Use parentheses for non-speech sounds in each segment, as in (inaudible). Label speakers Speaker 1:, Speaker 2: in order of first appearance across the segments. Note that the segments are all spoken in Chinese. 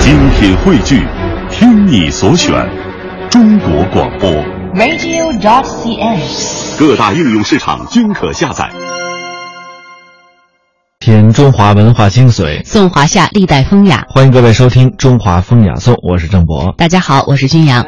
Speaker 1: 精品汇聚，听你所选，中国广播。
Speaker 2: radio.cn。
Speaker 1: 各大应用市场均可下载。
Speaker 3: 品中华文化精髓，
Speaker 2: 颂华夏历代风雅。
Speaker 3: 欢迎各位收听《中华风雅颂》，我是郑博。
Speaker 2: 大家好，我是君阳。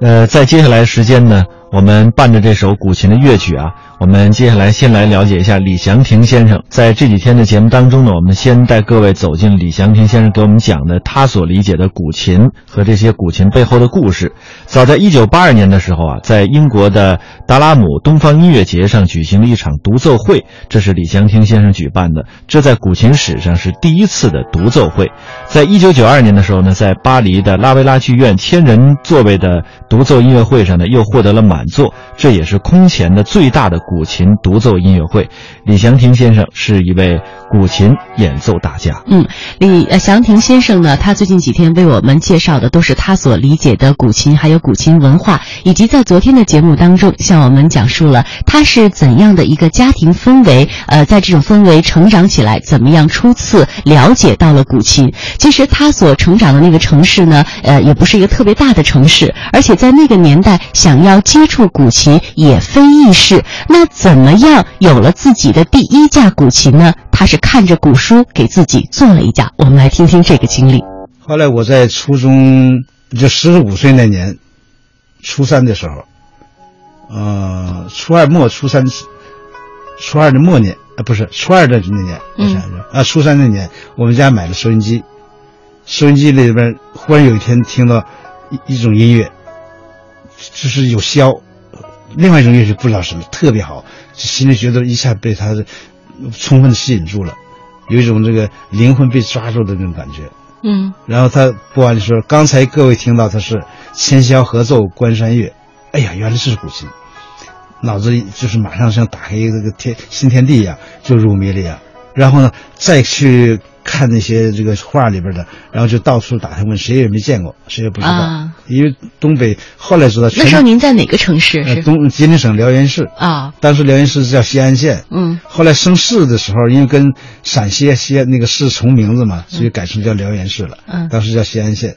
Speaker 3: 呃，在接下来时间呢，我们伴着这首古琴的乐曲啊，我们接下来先来了解一下李祥霆先生。在这几天的节目当中呢，我们先带各位走进李祥霆先生给我们讲的他所理解的古琴和这些古琴背后的故事。早在1982年的时候啊，在英国的达拉姆东方音乐节上举行了一场独奏会，这是李祥霆先生举办的，这在古琴史上是第一次的独奏会。在1992年的时候呢，在巴黎的拉维拉剧院千人座位的独奏音乐会上呢，又获得了满座，这也是空前的最大的古琴独奏音乐会。李祥霆先生是一位古琴演奏大家。
Speaker 2: 嗯，李呃祥霆先生呢，他最近几天为我们介绍的都是他所理解的古琴，还有古琴文化，以及在昨天的节目当中向我们讲述了他是怎样的一个家庭氛围，呃，在这种氛围成长起来，怎么样初次了解到了古琴。其实他所成长的那个城市呢，呃，也不是一个特别大的城市，而且在那个年代想要接触古琴也非易事。那怎么样有了自己的第一架古琴呢？他是看着古书给自己做了一架。我们来听听这个经历。
Speaker 4: 后来我在初中，就十五岁那年，初三的时候，呃，初二末、初三、初二的末年，啊，不是初二的那年，我想想啊，初三那年，我们家买了收音机，收音机里边忽然有一天听到一一种音乐，就是有箫，另外一种乐曲不知道什么特别好，心里觉得一下被它的充分吸引住了，有一种这个灵魂被抓住的那种感觉。
Speaker 2: 嗯
Speaker 4: 然后他播完就说：“刚才各位听到的是《千箫合奏·关山月》，哎呀，原来这是古琴，脑子里就是马上像打开一个这个天新天地一样，就入迷了呀。然后呢，再去看那些这个画里边的，然后就到处打听问，谁也没见过，谁也不知道，
Speaker 2: 啊
Speaker 4: 因为东北后来知道全
Speaker 2: 那时候您在哪个城市？
Speaker 4: 呃
Speaker 2: 是
Speaker 4: 东吉林省辽源市，
Speaker 2: 啊，
Speaker 4: 当时辽源市叫西安县，
Speaker 2: 嗯
Speaker 4: 后来升市的时候，因为跟陕西西安那个市重名字嘛，所以改成叫辽源市了。
Speaker 2: 嗯
Speaker 4: 当时叫西安县。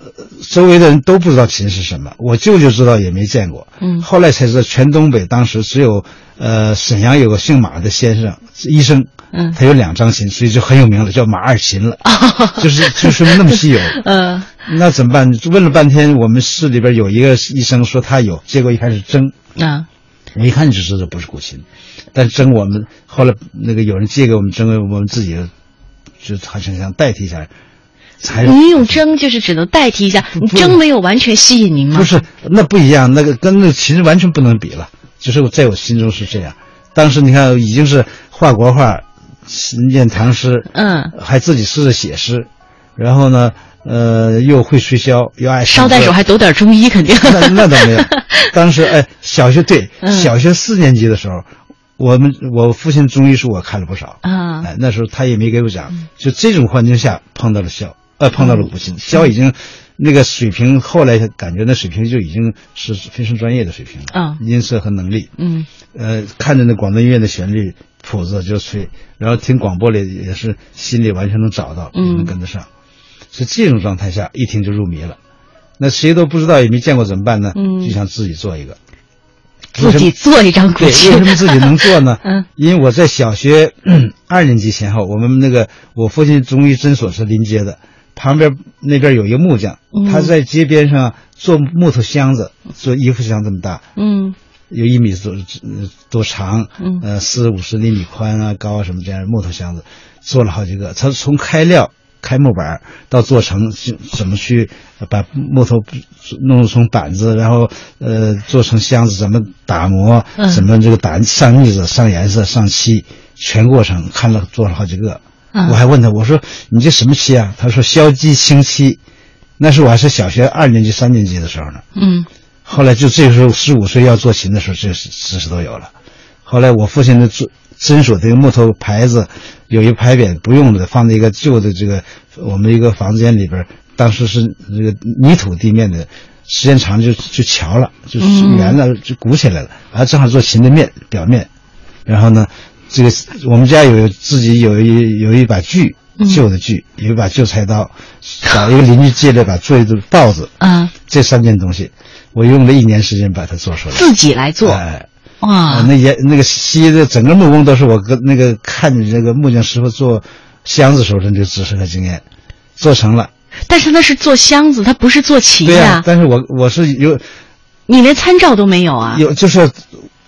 Speaker 4: 呃周围的人都不知道琴是什么，我舅舅知道也没见过。
Speaker 2: 嗯
Speaker 4: 后来才知道全东北当时只有，呃，沈阳有个姓马的先生医生，
Speaker 2: 嗯
Speaker 4: 他有两张琴，所以就很有名了，叫马二
Speaker 2: (laughs)
Speaker 4: 琴了。就是就是那么稀有。
Speaker 2: 呃
Speaker 4: 那怎么办？问了半天，我们市里边有一个医生说他有，结果一开始争，
Speaker 2: 啊
Speaker 4: 我一看就知道这不是古琴，但真我们后来那个有人借给我们，真我们自己就好像想代替一下，才
Speaker 5: 您用争就是只能代替一下，你争没有完全吸引您吗？
Speaker 4: 不是那不一样，那个跟那个琴完全不能比了。就是我在我心中是这样，当时你看已经是画国画，念唐诗，
Speaker 5: 嗯，
Speaker 4: 还自己试着写诗，然后呢，呃，又会吹箫，又
Speaker 5: 捎
Speaker 4: 爱唱歌
Speaker 5: 带手还抖点中医，肯定。
Speaker 4: 那那倒没有。当时哎，小学对
Speaker 5: 嗯
Speaker 4: 小学四年级的时候，我们我父亲中医书我看了不少
Speaker 2: 嗯
Speaker 5: 啊
Speaker 4: 哎，那时候他也没给我讲，就这种环境下碰到了箫，呃，碰到了古琴，箫已经那个水平，后来感觉那水平就已经是非常专业的水平了，
Speaker 5: 啊
Speaker 4: 音色和能力，
Speaker 5: 嗯，
Speaker 4: 呃，看着那广东音乐的旋律谱子就吹，然后听广播里也是心里完全能找
Speaker 5: 嗯
Speaker 4: 到，也能跟得上。是这种状态下，一听就入迷了。那谁都不知道也没见过怎么办呢？
Speaker 5: 嗯
Speaker 4: 就想自己做一个。
Speaker 5: 自己做一张古
Speaker 4: 对，为
Speaker 5: 琴
Speaker 4: 什么自己能
Speaker 5: (laughs)
Speaker 4: 做呢？
Speaker 5: 嗯，
Speaker 4: 因为我在小学 (clears throat) 嗯二年级前后，我们那个我父亲中医诊所是临街的，旁边那边有一个木匠，
Speaker 5: 嗯
Speaker 4: 他在街边上做木头箱子，做衣服箱这么大，
Speaker 5: 嗯
Speaker 4: 有一米多呃多长，
Speaker 5: 嗯
Speaker 4: 呃四五十厘米宽啊高啊什么这样的木头箱子，做了好几个。他从开料、开木板儿到做成，就怎么去呃把木头弄成板子，然后呃做成箱子，怎么打磨，
Speaker 5: 嗯
Speaker 4: 怎么这个打上腻子、上颜色、上漆，全过程看了做了好几个。
Speaker 5: 嗯
Speaker 4: 我还问他，我说你这什么漆啊？他说硝基清漆，那是我还是小学二年级、三年级的时候呢。
Speaker 5: 嗯
Speaker 4: 后来就这个时候十五岁要做琴的时候，这知识都有了。后来我父亲的做诊所这个木头牌子，有一牌匾不用了，放在一个旧的这个我们一个房间里边，当时是这个泥土地面的，时间长就就翘了，就是圆了，就鼓起来了，然后正好做琴的面表面，然后呢，这个我们家有自己有一有一把锯，旧的锯，有一把旧菜刀，找一个邻居借了把做一顿豹子，
Speaker 2: 啊，
Speaker 4: 这三件东西，我用了一年时间把它做出来。
Speaker 2: 自己来做，
Speaker 4: 哎，
Speaker 2: 哇
Speaker 4: 啊，，那也那个西的整个木工都是我跟那个看着这个木匠师傅做箱子时候的那个知识和经验，做成了。
Speaker 5: 但是那是做箱子，它不是做旗
Speaker 4: 对啊呀、
Speaker 5: 呀、
Speaker 4: 但是我我是有
Speaker 5: 你连参照都没有啊！
Speaker 4: (laughs) 有就是。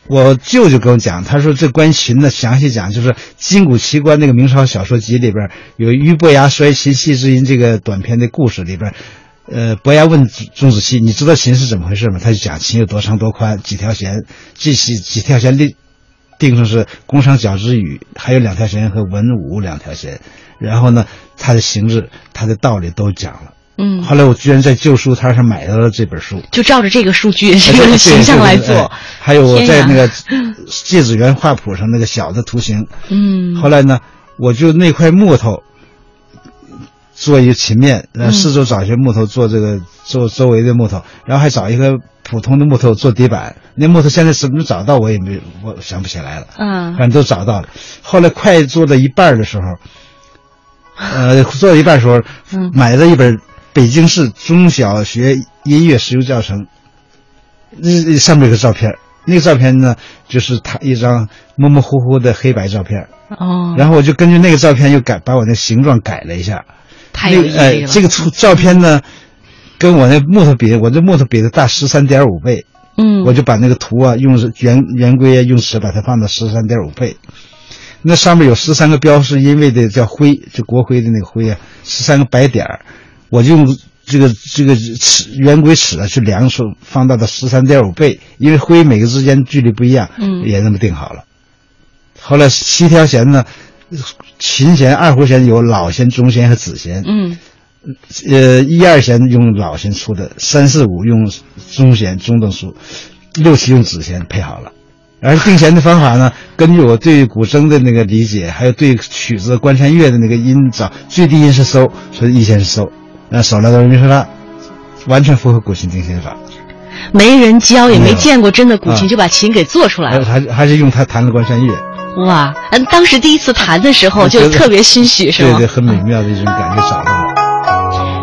Speaker 4: 我舅舅跟我讲，他说这关琴呢，详细讲就是《金谷奇观》那个明朝小说集里边有俞伯牙摔琴戏之音这个短篇的故事里边，呃，伯牙问钟子期，你知道琴是怎么回事吗？他就讲琴有多长多宽，几条弦，这几几条弦定定上是宫商角徵羽，还有两条弦和文武两条弦，然后呢，它的形制、它的道理都讲了。
Speaker 5: 嗯，
Speaker 4: 后来我居然在旧书摊上买到了这本书。
Speaker 5: 就照着这个数据、 (laughs) 这
Speaker 4: 哎对对
Speaker 5: 个
Speaker 4: 对
Speaker 5: 形象来
Speaker 4: 哎
Speaker 5: 做。
Speaker 4: 还有我
Speaker 5: 天
Speaker 4: 在
Speaker 5: 呀
Speaker 4: 那个芥子园画谱上那个小的图形。
Speaker 5: 嗯，
Speaker 4: 后来呢，我就那块木头做一个琴面，
Speaker 5: 嗯
Speaker 4: 然后四周找一些木头做这个做周围的木头，然后还找一个普通的木头做底板。那木头现在怎么找到我也没我想不起来了，
Speaker 5: 嗯
Speaker 4: 反正都找到了。后来快做到一半的时候，呃，做到一半的时候，
Speaker 5: 嗯
Speaker 4: 买了一本北京市中小学音乐实用教程，那上面有个照片儿，那个照片呢，就是他一张模模糊糊的黑白照片儿，
Speaker 5: 哦，
Speaker 4: 然后我就根据那个照片又改把我那形状改了一下，
Speaker 5: 太有意
Speaker 4: 那个
Speaker 5: 义
Speaker 4: 呃、
Speaker 5: 了。
Speaker 4: 这个图照片呢，跟我那木头比，我这木头比的大十三点五倍，
Speaker 5: 嗯，
Speaker 4: 我就把那个图啊用圆圆规啊用尺把它放到十三点五倍。那上面有十三个标是因为的叫徽，就国徽的那个徽啊，十三个白点儿，我就用这个这个尺圆规尺啊去量数，放大到十三点五倍，因为徽每个之间距离不一样，
Speaker 5: 嗯
Speaker 4: 也那么定好了。后来七条弦呢，琴弦、二胡弦有老弦、中弦和子弦，
Speaker 5: 嗯
Speaker 4: 呃，一二弦用老弦出的，三四五用中弦中等数，六七用子弦配好了。而定弦的方法呢，根据我对古筝的那个理解，还有对曲子管弦乐的那个音找最低音是嗦，所以一弦是嗦，那手拉哆来咪发拉，完全符合古琴定弦法。
Speaker 5: 没人教，也
Speaker 4: 没
Speaker 5: 没
Speaker 4: 有
Speaker 5: 见过真的古琴，
Speaker 4: 啊
Speaker 5: 就把琴给做出来
Speaker 4: 还
Speaker 5: 了。
Speaker 4: 还是还是用它弹了管弦乐，
Speaker 5: 哇，嗯，当时第一次弹的时候
Speaker 4: 我觉
Speaker 5: 就
Speaker 4: 得
Speaker 5: 特别心虚，是
Speaker 4: 对
Speaker 5: 吗哦
Speaker 4: 对，？很美妙的一种感觉找到了。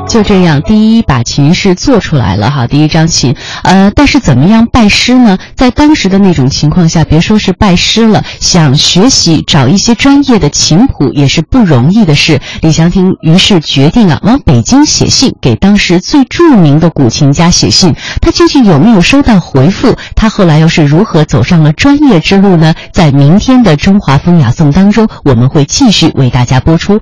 Speaker 2: 就这样，第一把琴是做出来了哈，第一张琴，呃，但是怎么样拜师呢？在当时的那种情况下，别说是拜师了，想学习找一些专业的琴谱也是不容易的事。李祥霆于是决定啊，往北京写信给当时最著名的古琴家写信，他究竟有没有收到回复？他后来又是如何走上了专业之路呢？在明天的《中华风雅颂》当中，我们会继续为大家播出。